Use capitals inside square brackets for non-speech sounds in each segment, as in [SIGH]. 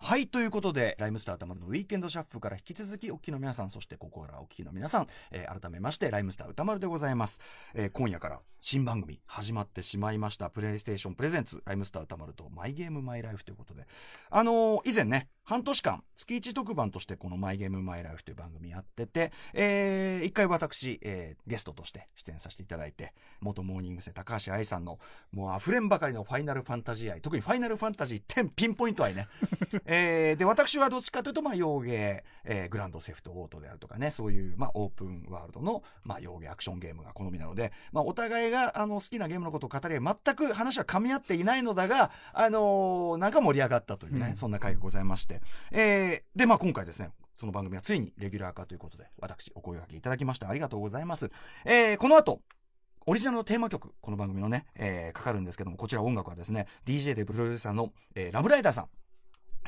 はいということでライムスター歌丸のウィーケンドシャッフルから引き続きお聞きの皆さんそしてここからお聞きの皆さん、えー改めましてライムスター歌丸でございます、えー今夜から新番組始まってしまいましたプレイステーションプレゼンツライムスター歌丸とマイゲームマイライフということであのー以前ね半年間月1特番としてこのマイゲームマイライフという番組やってて、えー一回私、えーゲストとして出演させていただいて元モーニング生高橋愛さんのもう溢れんばかりのファイナルファンタジー愛特にファイナルファンタジー10ピンポイント愛ね、えーで私はどっちかというとまあ洋芸、えーグランドセフトオートであるとかねそういう、まあ、オープンワールドの、まあ、洋芸アクションゲームが好みなので、まあ、お互いがあの好きなゲームのことを語り合い全く話は噛み合っていないのだが、あのーなんか盛り上がったというね、うんそんな回がございまして、えーでまあ今回ですねその番組はついにレギュラー化ということで私お声掛けいただきましてありがとうございます、えーこの後オリジナルのテーマ曲、この番組のね、えーかかるんですけども、こちら音楽はですね、DJ でプロデューサーの、えーラブライダーさん。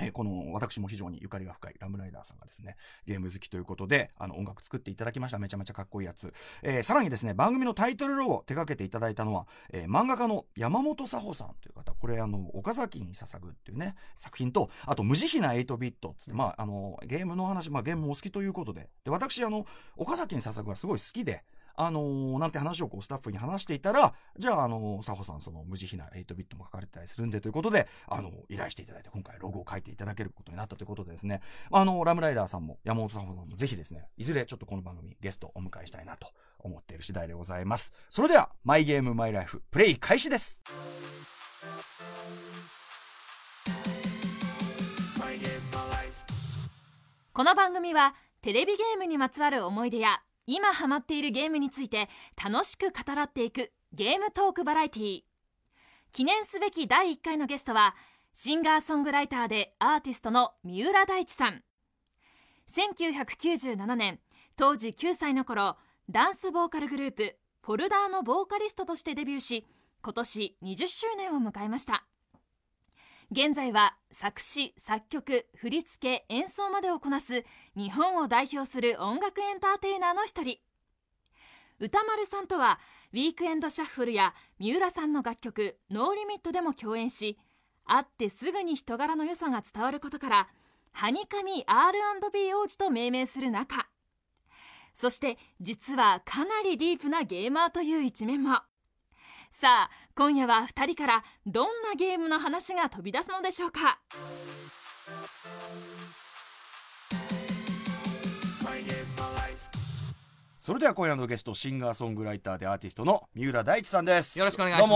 えーこの私も非常にゆかりが深いラブライダーさんがですね、ゲーム好きということで、あの音楽作っていただきました。めちゃめちゃかっこいいやつ。えーさらにですね、番組のタイトルロゴを手掛けていただいたのは、えー漫画家の山本佐穂さんという方、これあの、岡崎に捧ぐっていうね、作品と、あと無慈悲な8ビットっつって、まああの、ゲームの話、まあゲームもお好きということで、で、私あの、岡崎に捧ぐがすごい好きで、あのーなんて話をこうスタッフに話していたら、じゃあ、あのー、佐保さん、その無慈悲な8ビットも書かれてたりするんでということで、あのー依頼していただいて、今回ロゴを書いていただけることになったということでですね、あのーラムライダーさんも山本佐保さんもぜひですね、いずれちょっとこの番組ゲストをお迎えしたいなと思っている次第でございます。それでは、マイゲームマイライフ、プレイ開始です。この番組はテレビゲームにまつわる思い出や今ハマっているゲームについて楽しく語らっていくゲームトークバラエティー記念すべき第1回のゲストはシンガーソングライターでアーティストの三浦大知さん1997年当時9歳の頃ダンスボーカルグループフォルダーのボーカリストとしてデビューし今年20周年を迎えました現在は作詞作曲振り付け演奏までをこなす日本を代表する音楽エンターテイナーの一人歌丸さんとはウィークエンドシャッフルや三浦さんの楽曲「ノーリミットでも共演し会ってすぐに人柄の良さが伝わることから「はにかみ R&B 王子」と命名する中そして実はかなりディープなゲーマーという一面も。さあ今夜は2人からどんなゲームの話が飛び出すのでしょうかそれでは今夜のゲスト、シンガーソングライターでアーティストの三浦大知さんです。よろしくお願いしまどすう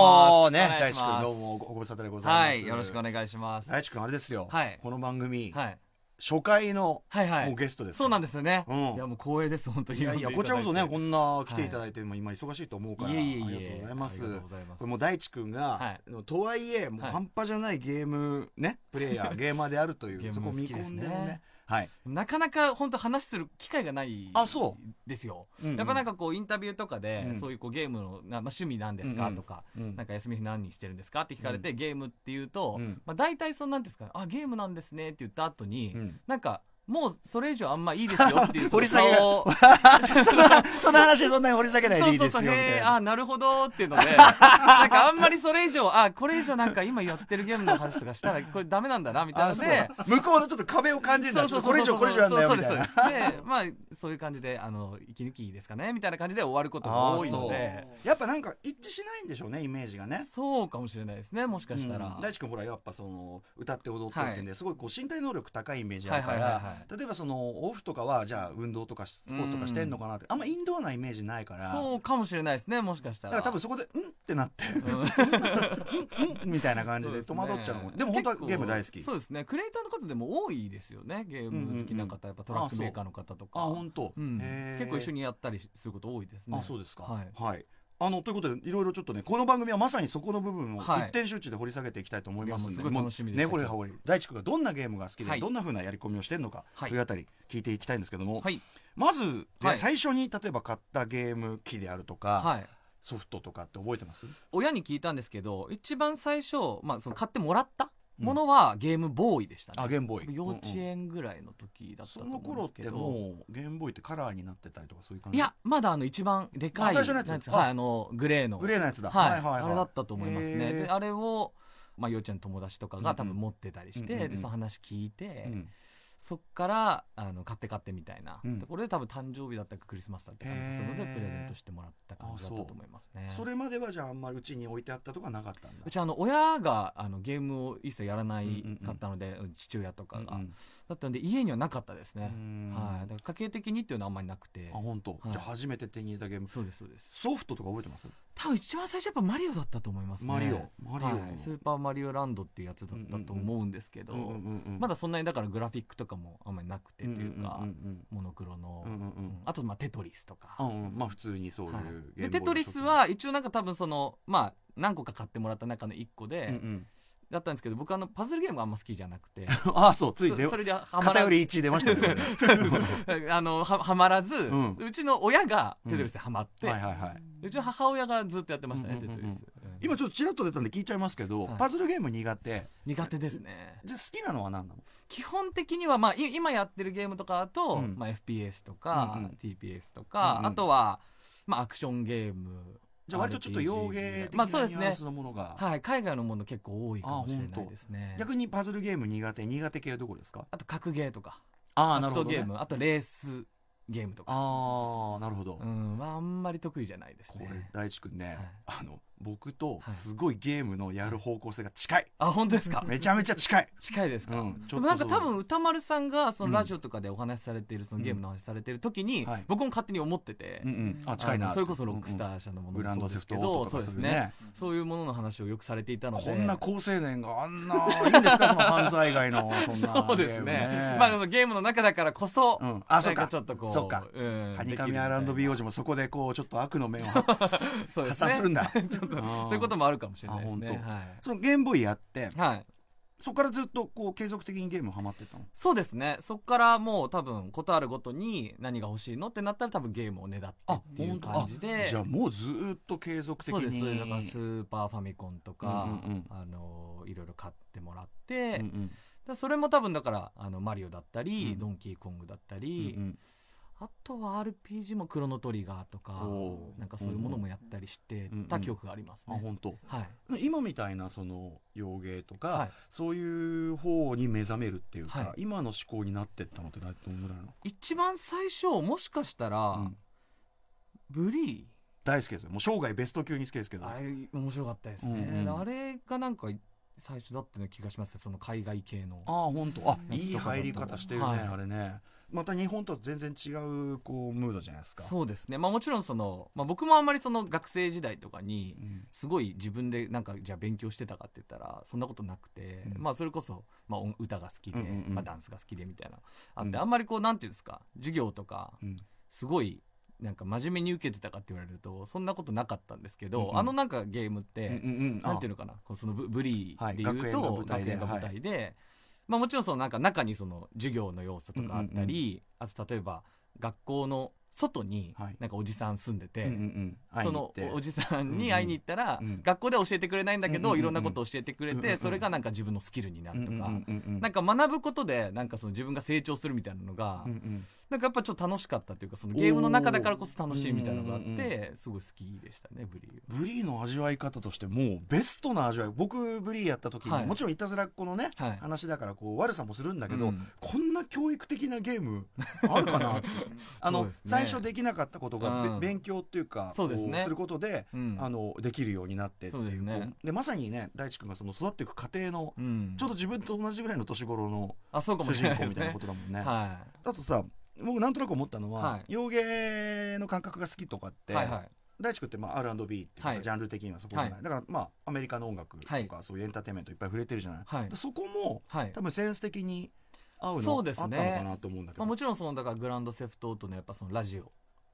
もねお、願大い知しま君すどうもごご無沙汰でございまはす。い、よろしくお願いします。はい、大知君あれですよ、はいこの番組、はい、初回の、はい。もうゲストですからそうなんですよね。うんいや、もう光栄です、本当に。いやいやこちらこそねこんんな来ていただいて、もう今忙しいと思うからいえいえいえありがとうございますありがとうございますこれもう大地君が、はとはいえもうはい半端じゃないゲームねプレイ [LAUGHS] ヤーゲーマーであるといゲうーそこムを好見き込ですんねでのねはいなかなか本当話する機会がない。。あそうですよ。うんうんやっぱなんかこうインタビューとかで、うんそういうこうゲームのな、まあ、趣味なんですうんかうんとか、うんなんか休み日何にしてるんですかって聞かれて、ゲームっていうと、うんまあ、大体そのなんていうんですかあゲームなんですねって言った後に、うんなんかもうそれ以上あんまいいですよっていう掘り下げがその顔を [LAUGHS] そんなそんな話そんなに掘り下げないでいいそうですそようみそたうへいーあなーなるほどってい [LAUGHS] うのでなんかあんまりそれ以上あこれ以上なんか今やってるゲームの話とかしたらこれダメなんだなみたいなのであそう向こうのちょっと壁を感じるんだそうそうちょっとこれ以上これ以上やんだよそみうですたいそうでなすでまあそういう感じであの息抜きですかねみたいな感じで終わることが多いあのでーそうやっぱなんか一致しないんでしょうねイメージがねそうかもしれないですねもしかしたら、うん大地君ほらやっぱその歌って踊ってってんで、すごいこう身体能力高いイメージあるから、はいはいはい例えばそのオフとかはじゃあ運動とかスポーツとかしてんのかなって、あんまインドアなイメージないからそうかもしれないですねもしかしただらから多分そこで「ん?」ってなって「うんうん?」みたいな感じそうです戸ね惑っちゃうのもでも本当は結構ゲーム大好きそうですねクリエイターの方でも多いですよねゲーム好きな方、やっぱトラックメーカーの方とあか本当、うんへー結構一緒にやったりすること多いですねあそうですかはいあのということでいろいろちょっとねこの番組はまさにそこの部分をはい一点集中で掘り下げていきたいと思いますので、いやもうすごい楽しみでねすこれは掘り大地君がどんなゲームが好きで、はいどんなふうなやり込みをしてるのか、はいというあたり聞いていきたいんですけども、はいまずね、はい最初に例えば買ったゲーム機であるとか、はいソフトとかって覚えてます親に聞いたんですけど一番最初、まあ、その買ってもらったものはゲームボーイでしたね、あゲームボーイ幼稚うんうん園ぐらいの時だったそと思のうん頃でっすけてど、もうゲームボーイってカラーになってたりとかそういう感じいやまだあの一番でかあい最初のやつなんですあかはいあのグレーのグレーのやつだ、はいあれだったと思いますへねーであれをまあ、幼稚園の友達とかうんうがん多分持ってたりして、うんうんうんでその話聞いて、うんそっからあの買って買ってみたいなうんところで多分誕生日だったかクリスマスだったかへーそのでプレゼントしてもらった感じだったと思いますね。それまではじゃああんまりうちに置いてあったとかなかったんだうちあの親があのゲームを一切やらないかったので、父親とかが、うんだったので家にはなかったですうね、んはい、だから家計的にっていうのはあんまりなくてあ本当、いじゃあ初めて手に入れたゲームそうですそうですソフトとか覚えてます多分一番最初やっぱマリオだったと思いますねマリオマリオはいスーパーマリオランドっていうやつだったと思うんですけど、うんうんうんまだそんなにだからグラフィックとかもあんまりなくてというか、んんモノクロの、うんうんうんあとまあテトリスとか、うんうんうんまあ普通にそういうはゲい、ームボーイのでテトリスは一応なんか多分そのまあ何個か買ってもらった中の1個うで、ん [LAUGHS] うんだったんですけど僕あのパズルゲームあんま好きじゃなくてああそうついそでそれではまら偏り1出ましたよ [LAUGHS] ねあのははまらず、ううんちの親がテトリスでハマって、はいはいはいでうちの母親がずっとやってましたね、うんうんうんテトリス、うん今ちょっとちらっと出たんで聞いちゃいますけど、はいパズルゲーム苦手苦手ですねじゃあ好きなのは何なの基本的には、まあ、い今やってるゲームとかだと、うんまあ、FPS とか、うんうん TPS とか、うんうんあとは、まあ、アクションゲームじゃあ割とちょっと洋芸 RPG 的なまあニそうですュアンねスのものが、はい海外のもの結構多いかもしれないですね逆にパズルゲーム苦手苦手系はどこですかあと格ゲーとかあ格闘ゲームあとレースゲームとかああなるほど、うんまああんまり得意じゃないですこれね大地君ね、あの僕とはいすごいゲームのやる方向性が近い、あ本当ですかめちゃめちゃ近い、近いですうか、ん、ちでもなんか多そう分歌丸さんがそのラジオとかでお話しされているそのゲームの話されている時に、うんはい僕も勝手に思ってて、うんうん、あ近いあなのそれこそロックスー、ター社のもうのんうんグランドそうでセフすけトどオートとそかうですするねそういうものの話をよくされていたのでこんな高青年があんないいんですかその犯罪外 [LAUGHS] のそんなそうですねまあそのゲームの中だからこそ、うんあそうなかんかちょっとこうそうかうんハニカミ R&B 王子もそこでこうちょっと悪の面を発 [LAUGHS] そうです散ねするんだ [LAUGHS] ちょっとあーそういうこともあるかもしれないですねあ本当はそのゲームボーイやってい、はい、そこからずっとこう継続的にゲームハマってったのそうですねそこからもう多分ことあるごとに何が欲しいのってなったら多分ゲームをねだってっていう感じでじゃあもうずーっと継続的そうですにそうですだからスーパーファミコンとか、うんうんうんあのーいろいろ買ってもらって、うんうんだそれも多分だからあのマリオだったり、うんドンキーコングだったうんり、うんあとは RPG もクロノトリガーとかおーなんかそういうものもやったりしてた記憶がありますあね、本当はい今みたいなその洋芸とか、はいそういう方に目覚めるっていうか、はい今の思考になってったのって大体どのぐらいなの一番最初もしかしたら、うんブリ大好きですよもう生涯ベスト級に好きですけーどあれ面白かったですね、うんうんあれがなんか最初だったような気がしますねその海外系のああ本当あやついいとかだと入り方してるね、はいあれねまた日本とは全然違うこうムードじゃないですかそうですねまあもちろんその、まあ、僕もあんまりその学生時代とかにうんすごい自分でなんかじゃあ勉強してたかって言ったらそんなことなくて、うんまあそれこそ、まあ、音歌が好きで、うんうんうんまあ、ダンスが好きでみたいなあって、うんあんまりこうなんていうんですか授業とかうんすごいなんか真面目に受けてたかって言われるとそんなことなかったんですけど、うんうんあのなんかゲームって、うんうんうんなんていううのかなこうそのブブリーでは言いう学園がと舞台で学園が舞台で、まあ、もちろんそのなんか中にその授業の要素とかあったり、あと例えば学校の外にはいなんかおじさん住んでて。んうんうん会いそに行っのておじさんに会いに行ったら、うんうん学校で教えてくれないんだけど、うんうんうんいろんなことを教えてくれて、うんうんうんそれがなんか自分のスキルになるとか、うんうんうんうんなんか学ぶことでなんかその自分が成長するみたいなのが、うんうんなんかやっぱちょっと楽しかったというかそのゲームの中だからこそ楽しいみたいなのがあって、すごい好きでしたねブリーブリーの味わい方としてもうベストな味わい僕ブリーやった時に、はいもちろんいたずらっ子のねは。はい話だからこう悪さもするんだけど、うんこんな教育的なゲー [LAUGHS] ムあるかなってあの、そうですね最初できなかったことがべ、うん勉強っていうかそうですねこすることで、うんあのできるようになってっていそうでうすねこうでまさにね大地君がその育っていく過程の、うん、ちょうど自分と同じぐらいの年頃のあそうかも主しれ人ない公みですたいなねこ。とだもんね。はあとさ僕なんとなく思ったのは、はい洋芸の感覚が好きとかっい、て、はいはい大地君ってまあ R&B っていうかさはいジャンル的にはそこじゃない、はだからまあアメリカの音楽とか、はいそういうエンターテインメントいっぱい触れてるじゃない、はいでそこもはい多分センス的に合うのあそったうでのすかねなと思うんだけまど、あ、もちろんそのだからグランドセフトオートのやっぱそのラジオっ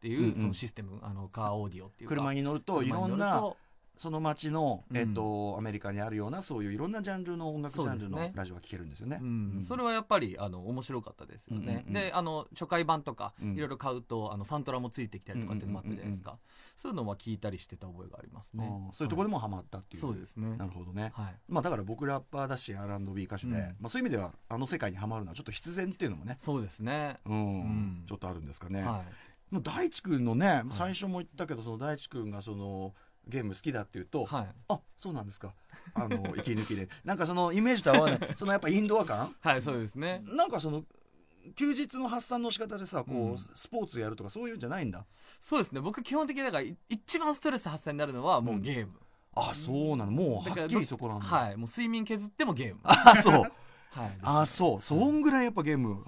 てうんいううんそのシステム、あのカーオーディオっていうか車にに乗るといろんなその街の、うんえっとアメリカにあるようなそういういろんなジャンルの音楽ジそうャンルですねのラジオが聴けるんですよね。うんそれははやっぱりあの面白かったですよね、うんうんうんであの初回版とかうんいろいろ買うと、あのサントラもついてきたりとかっていうのもあったじゃないですか、そういうのは聞いたりしてた覚えがありますねああそういうところでもハマったっていう、そうですねなるほどね、はいまあ、だから僕ラッパーだし R&B 歌手で、うんまあ、そういう意味ではあの世界にハマるのはちょっと必然っていうのもね、そうですねうんうんちょっとあるんですかね。はまあ大地君のね最初も言ったけど、その大地君がそのゲーム好きだっていうと、はいあそうなんですかあ [LAUGHS] の息抜きでなんかそのイメージと合わないそのやっぱインドア感はいそうですねなんかその休日の発散の仕方でさこう、うんスポーツやるとかそういうんじゃないんだそうですね僕基本的にだからい一番ストレス発散になるのはもうゲーム、あそうなのもうだからはっきりそこなんだはいもう睡眠削ってもゲームあそうはいあそうそんぐらいやっぱゲーム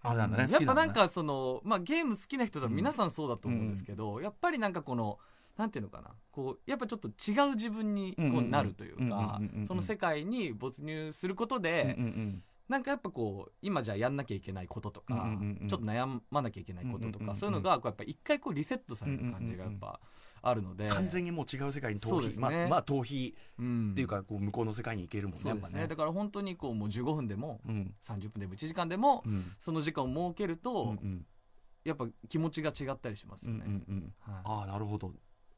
あれなんだね、やっぱなんんかその、まあ、ゲーム好きな人は皆さんそうだと思うんですけど、やっぱりなんかこのなんていうのかなこうやっぱちょっと違う自分にうんうんこううんなるというかうんうんうんうんその世界に没入することで、うんうんなんかやっぱこう今じゃやんなきゃいけないこととか、うんうんうんちょっと悩まなきゃいけないことうんとか、うんうんうんそういうのがこうやっぱ一回こうリセットされる感じがやっぱあるので、うん完全にもう違う世界にそ逃う避、ですねまあまあ逃避うんっていうかこう向こうの世界に行けるもんねそうですねやっぱだから本当にこうもう15分でもうん30分でも1時間でも、うんその時間を設けると、うんうんやっぱ気持ちが違ったりしますうよんね。うんうんはああなるほど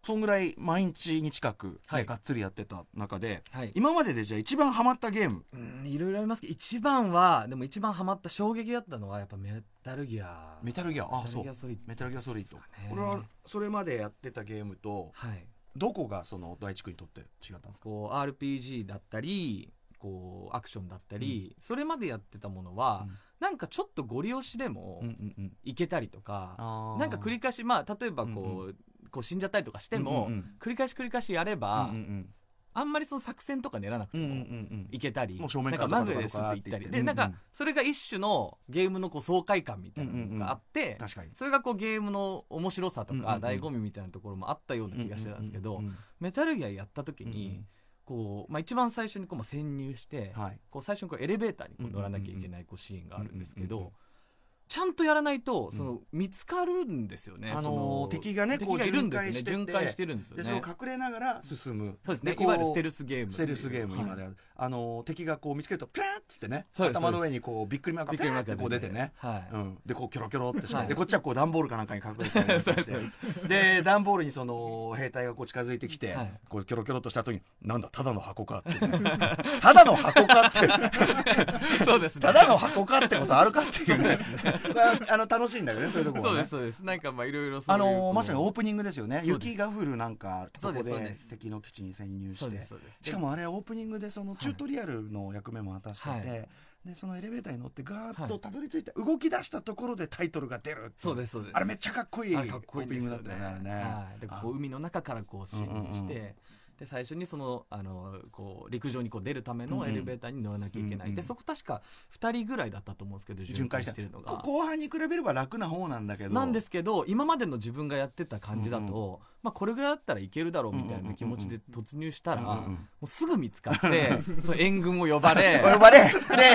そんぐらい毎日に近く、ねはいがっつりやってた中でい、はい今まででじゃあ一番ハマったゲームうんいろいろありますけど一番はでも一番ハマった衝撃だったのはやっぱメタルギアメタルギアあメタそルうギアソリッドメタルギアソリッドですかねこれはそれまでやってたゲームとはいどこがその大地区にとって違ったんですかこう RPG だったりこうアクションだったり、それまでやってたものは、うんなんかちょっとご利用しでもんうんいけたりとか、あなんか繰り返しまあ例えばこう,、うんこう死んじゃったりとかしても、繰り返し繰り返しやれば、んあんまりその作戦とか練らなくてうんうんうもんいけたり、もう正面なんかからマとグかエスって言ったとりかでなうんかんうんそれが一種のゲームのこう爽快感みたいなのがあって、確かにそれがこうゲームの面白さとうんうんうかん醍醐味みたいなところもあったような気がしてたんですけど、うんうんメタルギアやった時うんに、こうまあ、一番最初にこうまあ潜入して、はいこう最初にこうエレベーターにうこんううんう乗んらなきゃいけないこうシーンがあるんですけど、うんうんうんちゃんとやらないとうんその見つかるんですよね、あのーその敵がねこう敵いるんですよ巡回ねしてて巡回してるんですよでねそれを隠れながら進むそうですねこいわゆるステルスゲームステルスゲームはい今 [LAUGHS] であるあの敵がこう見つけるとピューッつってねそうです頭の上にこうびっくりマークびがピっくりュマーーックてがこう出てねはい、うん、でこうキョロキョロってして、はいでこっちはこう段ボールかなんかに隠れてたりなんかして [LAUGHS] そうですで段ボールにその兵隊がこう近づいてきて、はいこうキョロキョロとした後に「なんだただの箱か」って、ただの箱かって [LAUGHS] そうですねただの箱かってことあるかっていうねまああの楽しいんだよねそういうところそうはでねす。そうですなんかまあいろいろそうあいうこのうまさにオープニングですよねそうです雪が降るなんかそそうこですそうでです敵の基地に潜入そしうてですそうですしかもあれはオープニングでそのチュートリアルの役目も果たしてて、はいでそのエレベーターに乗ってガーッはといたどり着いて動き出したところでタイトルが出るっていそうですそうですあれめっちゃかっこいいあれかっこいいんですよオーねプニングだったよねあれねはい、でこう海の中からこう進入して、うんうんうで最初にそのあのこう陸上にこう出るためのエレベーターに乗らなきゃいけなうんい、うんでそこ確か2人ぐらいだったと思うんですけど巡巡回回ししててるるののがが。後半に比べれば楽な方なんだけどなんですけど今までの自分がやってた感じだと、うまあ、これぐらいだったらいけるだろうみたいな気持ちで突入したら、もうすぐ見つか [LAUGHS] ってそう援軍を呼ばれ [LAUGHS] 呼ばれで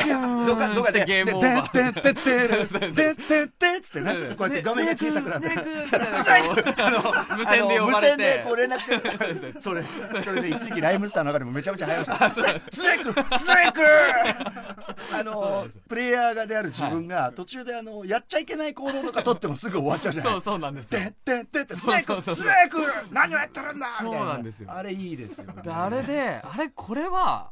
シューンどっかどっかでしてゲームオーででバででででででっつってね [LAUGHS] うんこうやって画面が小さくなってスネークスネークみたいなこう無線で呼ばあの無線れでてこう連絡してるそれそれで一時期ライムスターの中でもめちゃめちゃ流行りましたスネークスネークあそうなんのですプレイヤーがである自分が途中であのやっちゃいけない行動とか取ってもすぐ終わっちゃうじゃないそうそうなんですよてってってってスそうネーそうクそうスネーク何をやってるんだみたいそうななんですよあれいいですよねであれであれこれは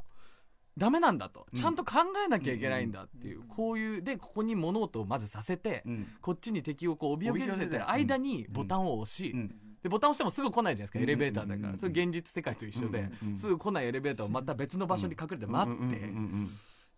ダメなんだとちゃんと考えなきゃいけないんだっていう、こういうでここに物音をまずさせて、うんこっちに敵をこうおびき寄おせびき寄せててる間にボタンを押し、うんでボタン押してもすぐ来ないじゃないですか、うんエレベーターだうんかうんうらんそれ現実世界と一緒で、うんうんすぐ来ないエレベーターをまた別の場所に隠れて待って、うんうんうんうん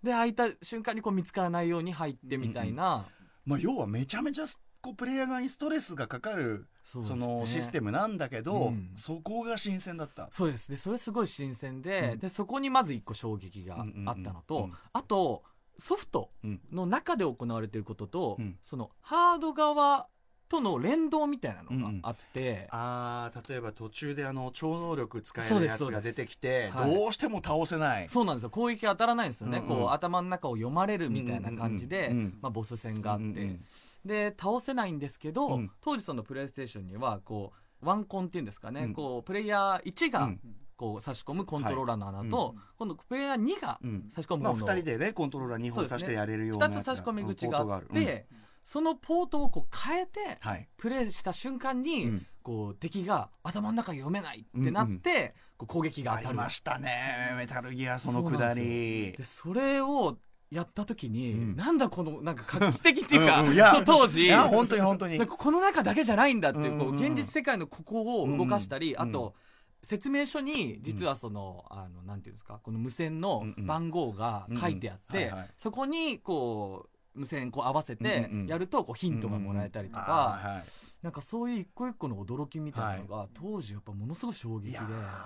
で開いた瞬間にこう見つからないように入ってみたいな、まあ要はめちゃめちゃこうプレイヤー側にストレスがかかるそそのシステムムなんだけどうんそこが新鮮だったそうですねそれすごい新鮮で,、うんでそこにまず一個衝撃があったのと、うんうんうんうんあとソフトうんの中で行われていることと、うんそのハード側との連動みたいなのがあって、あー例えば途中であの超能力使えそうるでやすつが出てきて、そうですどうしても倒せない。そうなんですよ攻撃が当たらないんですよね、うんうんこう頭の中を読まれるみたいな感じうで、んうんうんまあ、ボス戦があって、うんうんで倒せないんですけど、うん当時そのプレイステーションにはこうワンコンっていうんですかね、うんこうプレイヤー1がうんこう差し込むコントローラーの穴と、今度プレイヤー2がうん差し込むま方あ、の、 2人でねコントローラー2そう本ですさねしてやれるような2やつつが差し込み口があうっ、んポートるて、そのポートをこう変えてうんはいプレイした瞬間に、うんこう敵が頭の中読めないってなって、こう攻撃があ当りたるましたねメタルギアそのくだりでそれをやった時に、うんなんだこのなんか画期的っていうかうんうんいやそう当時いや本当に本当なにんかこの中だけじゃないんだっていう,、うんうんうんこう現実世界のここを動かしたり、うんあと説明書に実はその、あのなんていうんですかこの無線のうんうん番号が書いてあっうんうんてはいはいそこにこう無線こう合わせてうんうんうんやるとこうヒントがもらえたりとあかーはいなんかそういう一個一個の驚きみたいなのが当時やっぱものすごい衝撃いでや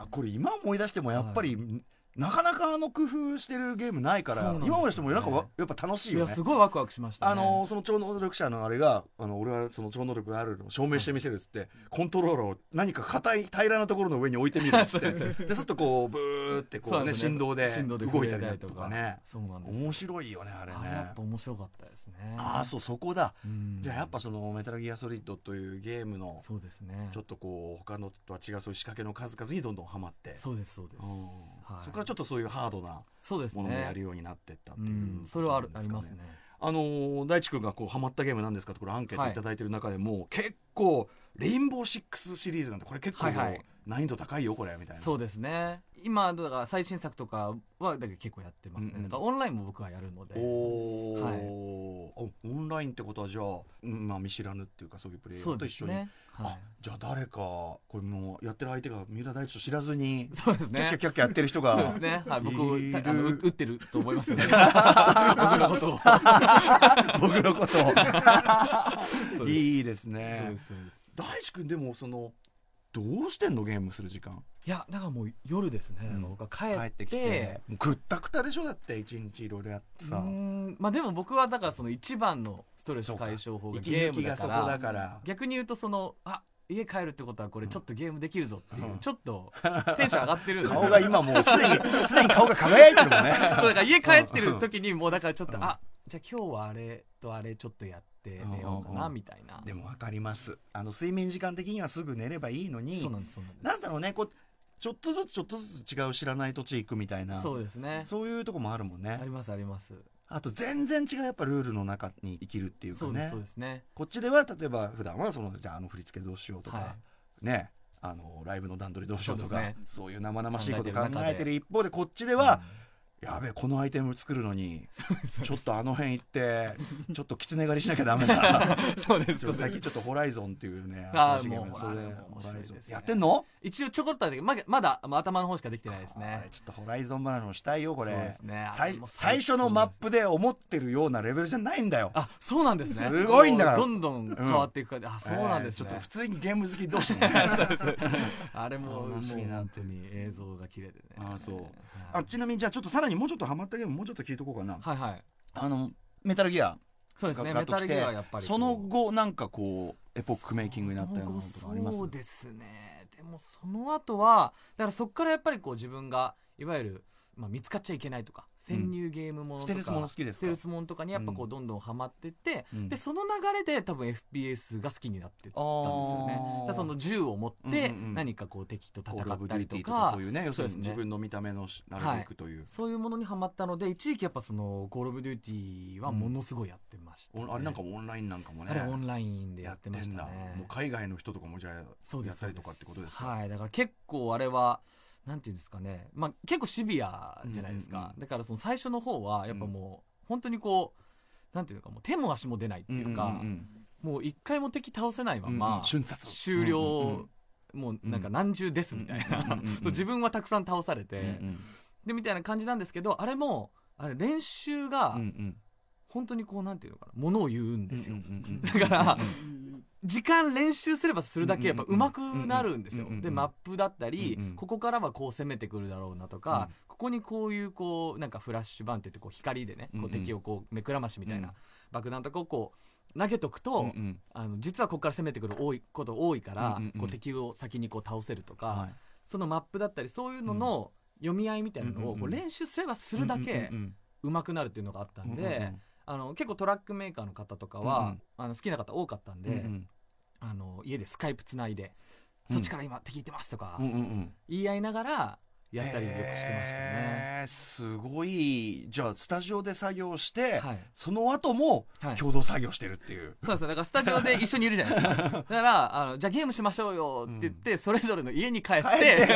ーこれ今思い出してもやっぱり、はなかなかあの工夫してるゲームないからそうなんですよね今思い出してもなんかわやっぱ楽しいいよやねす。ごいワクワクしましたねあのーその超能力者のあれがあの俺はその超能力があるのを証明してみせるっつって、コントローラーを何か硬い平らなところの上に置いてみるっつって [LAUGHS] そうそうそでちょっとこうブーってこう、そうねですね振動で振動で動いたりだとか震えねそうなんです面白いよねあれねあれやっぱ面白かったですねああそうそこだ、うんじゃあやっぱそのメタルギアソリッドというゲームのそうですねちょっとこう他のとは違うそういう仕掛けの数々にどんどんハマってそうですそうですうんはいそこからちょっとそういうハードなそうですものもやねるようになってったってういうんそれはあることなあんでりかますねあのー大地君がこうハマったゲームなんですかってこれアンケートはいいただいてる中でも、結構レインボーシックスシリーズなんてこれ結構、はいはい難易度高いよこれみたいなそうですね今だから最新作とかはだけど結構やってますねうんうんだからオンラインも僕はやるのでおー、はいおオンラインってことはじゃあ、うんまあ、見知らぬっていうかそういうプレイヤそーうとで一す緒に、ねはあじゃあ誰かこれもうやってる相手が三浦大地と知らずにいそうですキャッキャッねキャッキャやってる人がそうですねはい僕いるたあのう打ってると思いま [LAUGHS] すね僕のことをそ僕のことうをですいいですそうねですそうです大地君でもそのどうしてんのゲームする時間いやだからもう夜ですねうん僕は帰帰っっててきてもうくったくたでしょだって一日いろいろやってうーさんまあでも僕はだからその一番のストレス解消法が息ゲ抜ームきだがそかこらだから逆に言うとそのあ家帰るってことはこれちょっとゲームできるぞっていう、うんちょっとテンション上がってるん [LAUGHS] で顔が今もうすでにすでに顔が輝いてるもんね [LAUGHS] そうだから家帰ってる時にもうだからちょっと、うんあじゃあ今日はあれとあれちょっとやって寝ようかうんうんなうんみたいな、でも分かりますあの睡眠時間的にはすぐ寝ればいいのにそうなんですそうなんでなんだろうねこうちょっとずつちょっとずつ違う知らない土地行くみたいなすそうですねそういうとこもあるもんねありますありますあと全然違うやっぱルールの中に生きるっていうかそうですねそうですねこっちでは例えば普段はそのじゃああの振り付けどうしようとか、はねあのライブの段取りどうしようとかそそうう,、ですねいう生々しいこと考考えてる中でえてる一方でこっちでいは、やべえこのアイテム作るのにうんそうちょっとあの辺行 [LAUGHS] ってちょっと狐狩りしなきゃダメだそうですち [LAUGHS] そょう最で近すちょっとホライゾンっていうねあ新ーしいゲームもうそれあれも面ホ白いですねライゾンやってんの一応ちょこっとだけまだまだまあ頭の方しかできてないですあねれちょっとホライゾン話もしたいよこれそうですねあ最もう最初のマップで思ってるようなレベルじゃないんだよあそうなんですねすごいんだからもうどんどん変わっていくから、あそうなんですえーちょっね、と普通にゲーム好き同士でねあれももう悲しいな本当に映像が綺麗でねあそうはいあちなみにじゃあちょっとさらにもうちょっとハマったゲームもうちょっと聞いとこうかな、はいはいあのメタルギアそうですねガッメとタきてルギアはやっぱりこうその後なんかこうエポックメイキングになったようなことがありますそうですねでもその後はだからそこからやっぱりこう自分がいわゆる、まあ、見つかっちゃいけないとか潜入ゲームものスとか、テルスもの好きですスかテルスものとかにやっぱこううどんどんハマってって、うんでその流れで多分 FPS が好きになってったんですよねあーだからその銃を持っうてんうんうん何かこう敵と戦コールオブっデたュりーテとィーとかかそういうね要するにそうですね自分の見た目のしなるべくという、そういうものにハマったので一時期やっぱその「コール・オブ・デューティー」はものすごいやってましたね、おあれなんかオンラインなんかもねあれオンラインでやってまやしんただねもう海外の人とかもじゃあそうやでっすたりとかってことですかはいだから結構あれはなんていうんですかね、まあ、結構シビアじゃないですか、うんうんうんだからその最初の方はやっぱもう本当にこうなんていうのかもう手も足も出ないっていうか、んんんもう一回も敵倒せないまうんうんま、瞬殺終了、もうなんか何重ですみたいな、うんうんうんうん [LAUGHS] そう自分はたくさん倒されて、うんうんでみたいな感じなんですけどあれもあれ練習うがんうん本当にこうなんていうのかなものを言うんですよ、うんうんうんうんだから、時間練習すればするだけやっぱ上手くなるんですうよんうんうん。でマップだったり、うんうんここからはこう攻めてくるだろうなとか、うんここにこういうこうなんかフラッシュバンって言ってこう光でねうんこうんう敵をこう目くらましみたいうんな爆弾とかをこう投げとくと、うんうんあの実はここから攻めてくる多いこと多いから、うんうんうんこう敵を先にこう倒せるとか、はいそのマップだったりそういうのの読み合いみたいなのうをこんうんううん練習すればするだけうんうん上手くなるっていうのがあったうんんで。うんあの結構トラックメーカーの方とかうんうはん、あの好きな方多かったんで、うんうんあの家でスカイプつないで、うんそっちから今敵行ってますとか、うんうんうん言い合いながらやったりよくしてましたね。へーすごいじゃあスタジオで作業して、はい、その後もはい共同作業してるっていう、そうですよだからスタジオで一緒にいるじゃない [LAUGHS] ですかだからあのじゃあゲームしましょうよって言って、それぞれの家に帰って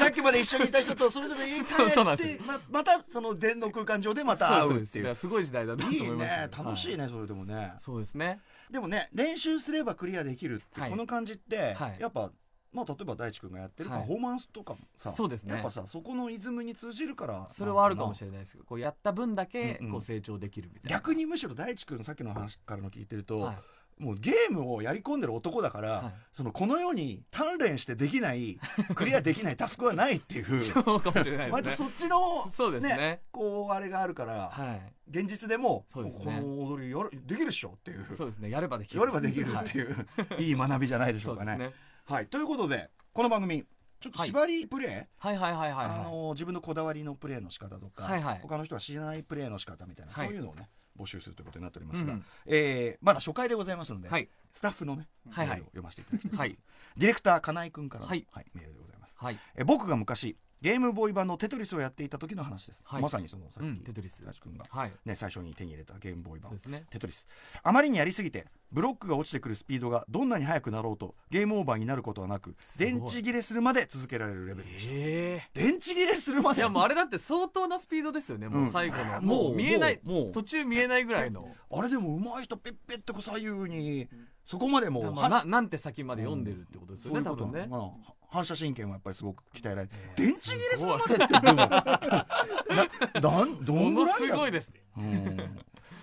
さっきまで一緒にいた [LAUGHS] 人とそれぞれ家に帰ってそうそうなんですよままたその電脳空間上でまた会そううっですてそうですだいかうらすごい時代だなと思いいいましたね楽しいはね、それでもねそうですねでもね練習すればクリアできるって、はいこの感じって、はいやっぱまあ、例えば大地君がやってるはいパフォーマンスとかもさ、そうですねやっぱさそこのイズムに通じるからそれはあるかもしれないれないですけどこうやった分だけうんうんこう成長できるみたいな、逆にむしろ大地君さっきの話からの聞いてると、はいもうゲームをやり込んでる男だから、はいそのこのように鍛錬してでき [LAUGHS] ないクリアできないタスクはないっていうそうかもしれない割とですそねっちのそうですねこうあれがあるから、はい現実でもそうですねこの踊りやるできるでしょっていうそうですねやればできるやればできるってういう、い、い学びじゃないでしょそううかですね。ねはい、ということでこの番組ちょっと縛りプレー、はいはいはいはいあはの自分のこだわりのプレーの仕方とか、はいはい他の人は知らないプレーの仕方みたいな、はいそういうのをね募集するということになっておりますが、うんえーまだ初回でございますので、いはいスタッフのね、はいはメールいを読ませていただきた [LAUGHS] いと思います、はディレクター金井君からの、ははいいメールでございます、はいえ僕が昔ゲームボーイ版のテトリスをやっていた時の話です、はいまさにそのさっき、ううんテトリス君が、はいね、最初に手に入れたゲームボーイそ版うですねテトリスあまりにやりすぎてブロックが落ちてくるスピードがどんなに速くなろうとゲームオーバーになることはなくすごい電池切れするまで続けられるレベルでした、え電池切れするまえでいやもうあれだって相当なスピードですよねもうんう最後あーのももうう見えないもうもう途中見えないぐらいのあれでも上手い人ペッペッてこう左右にそこまでもうまあはななんて先まで読んでるってことですそよういねうこ多と分なねのかな反射神経もやっぱりすごく鍛えられてえー電池切れするまでってでもななんどもんぐのらいすやごいですねうん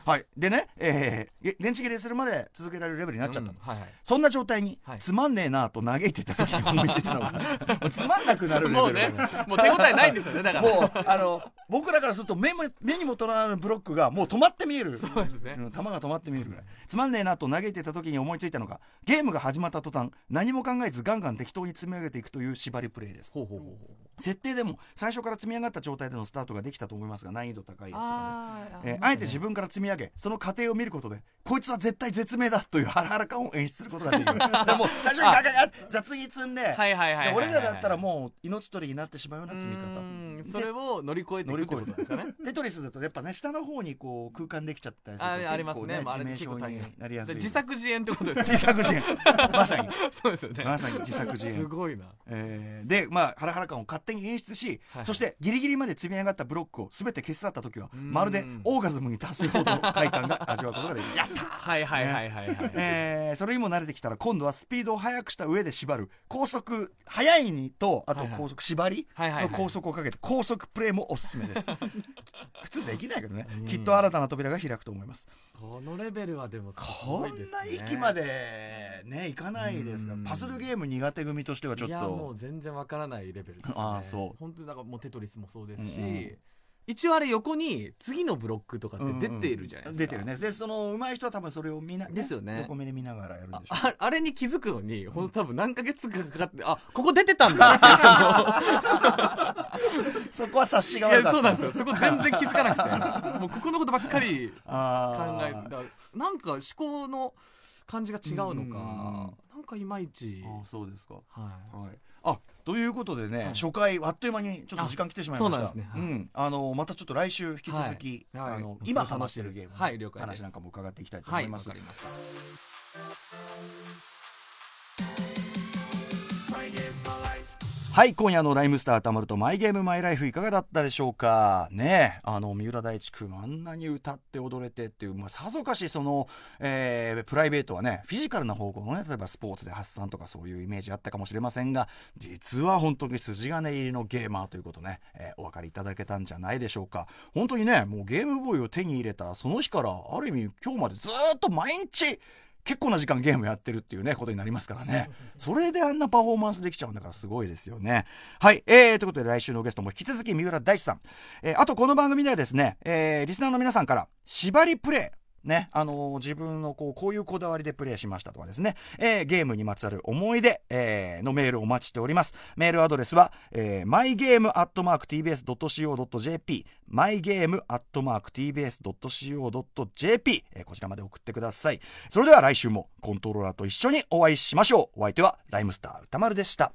はいでね、えーげ電池切れするまで続けられるレベルになっちゃったの、うんはいはいそんな状態に、はいつまんねえなぁと嘆いてた [LAUGHS] 時に思いついたのがもうつまんなくなるレベルもうねだね、もう手応えないんですよね、だから。もうあの僕らからすると目も目にも取らないブロックがもう止まって見えるそうですね。うん弾が止まって見えるぐらいつまんねえなと嘆いてた時に思いついたのがゲームが始まった途端何も考えずガンガン適当に積み上げていくという縛りプレイですほうほうほうほう。設定でも最初から積み上がった状態でのスタートができたと思いますが難易度高いですねあえーあえて自。分から積み上げその過程を見ることでこいつは絶対絶命だというハラハラ感を演出することができ [LAUGHS] るでもう最初にガンガンガンじゃあ次積んで,、はいはいはいはいはい。で俺らだったらもう命取りになってしまうような積みう方ーんそれを乗り越えていくってことなん [LAUGHS] ですかね。テトリスだとやっぱね下の方にこう空間できちゃったりするとあれあります結構ね。まああれ致結命構傷大に変ですなりやすいで自作自演ってことです自作ね。 [LAUGHS] 自演 [LAUGHS] まさにそうですよね。まさに自作自す演、ごいな。えーでまあハラハラ感を勝手に演出し、はいそしてギリギリまで積み上がったブロックを全て消し去った時はうんまるでオーガズムに達するほどの快感が味わうことができ [LAUGHS] るやったはいはいはいはいはい。えーそれにも慣れてきたら今度はスピードを速くした上で縛る高速速いにとあとはいはい高速縛りはいはいはのい高速をかけて高速プレーもおすすめ [LAUGHS] です普通できないけどねうんきっと新たな扉が開くと思いますこのレベルはでもすこごんいですね。な域までねいかないですからうんパズルゲーム苦手組としてはちょっいやもうと全然わからないレベルですね。あーそう本当になんかもうテトリスもそうですし、うんうん一応あれ横に次のブロックとかって出ているじゃないですか。出てるねでその上手い人は多分それを見なですよね横目で見ながらやるんでしょうああれに気づくのに、ほんと多分何ヶ月かかかって、あ、ここ出てたんだってそこは察しがその悪いかったや、そうなんですよ。そこ全然気づかなくて。もうここのことばっかり考あえーた。なんか思考の感じが違うのか、なんかいまいち。あーそうですかはい。はい、あということでね、い初回あっという間にちょっと時間来てしまいましたあそうなんですねはいんあのまたちょっと来週引き続き、はいはいあのもう今それ話楽ししてみるですゲームの、はい了解です話なんかも伺っていきたいと思はいい、まわす、かりました。はい、今夜のライムスター歌丸とマイゲームマイライフいかがだったでしょうかねえあの、三浦大知くんあんなに歌って踊れてっていう、まあ、さぞかしその、えープライベートはね、フィジカルな方向のね、例えばスポーツで発散とかそういうイメージあったかもしれませんが、実は本当に筋金入りのゲーマーということね、えーお分かりいただけたんじゃないでしょうか。本当にね、もうゲームボーイを手に入れたその日から、ある意味今日までずーっと毎日、結構な時間ゲームやってるっていうね、ことになりますからね。それであんなパフォーマンスできちゃうんだからすごいですよね。はい。えー、ということで来週のゲストも引き続き三浦大知さん。えー、あとこの番組ではですね、えー、リスナーの皆さんから、縛りプレイ。ね、あのー自分のこうこういうこだわりでプレイしましたとかですね、えーゲームにまつわる思い出、えーのメールをお待ちしております。メールアドレスは、えー、mygame.tbs.co.jp、mygame.tbs.co.jp、えーこちらまで送ってください。それでは来週もコントローラーと一緒にお会いしましょう。お相手はライムスター歌丸でした。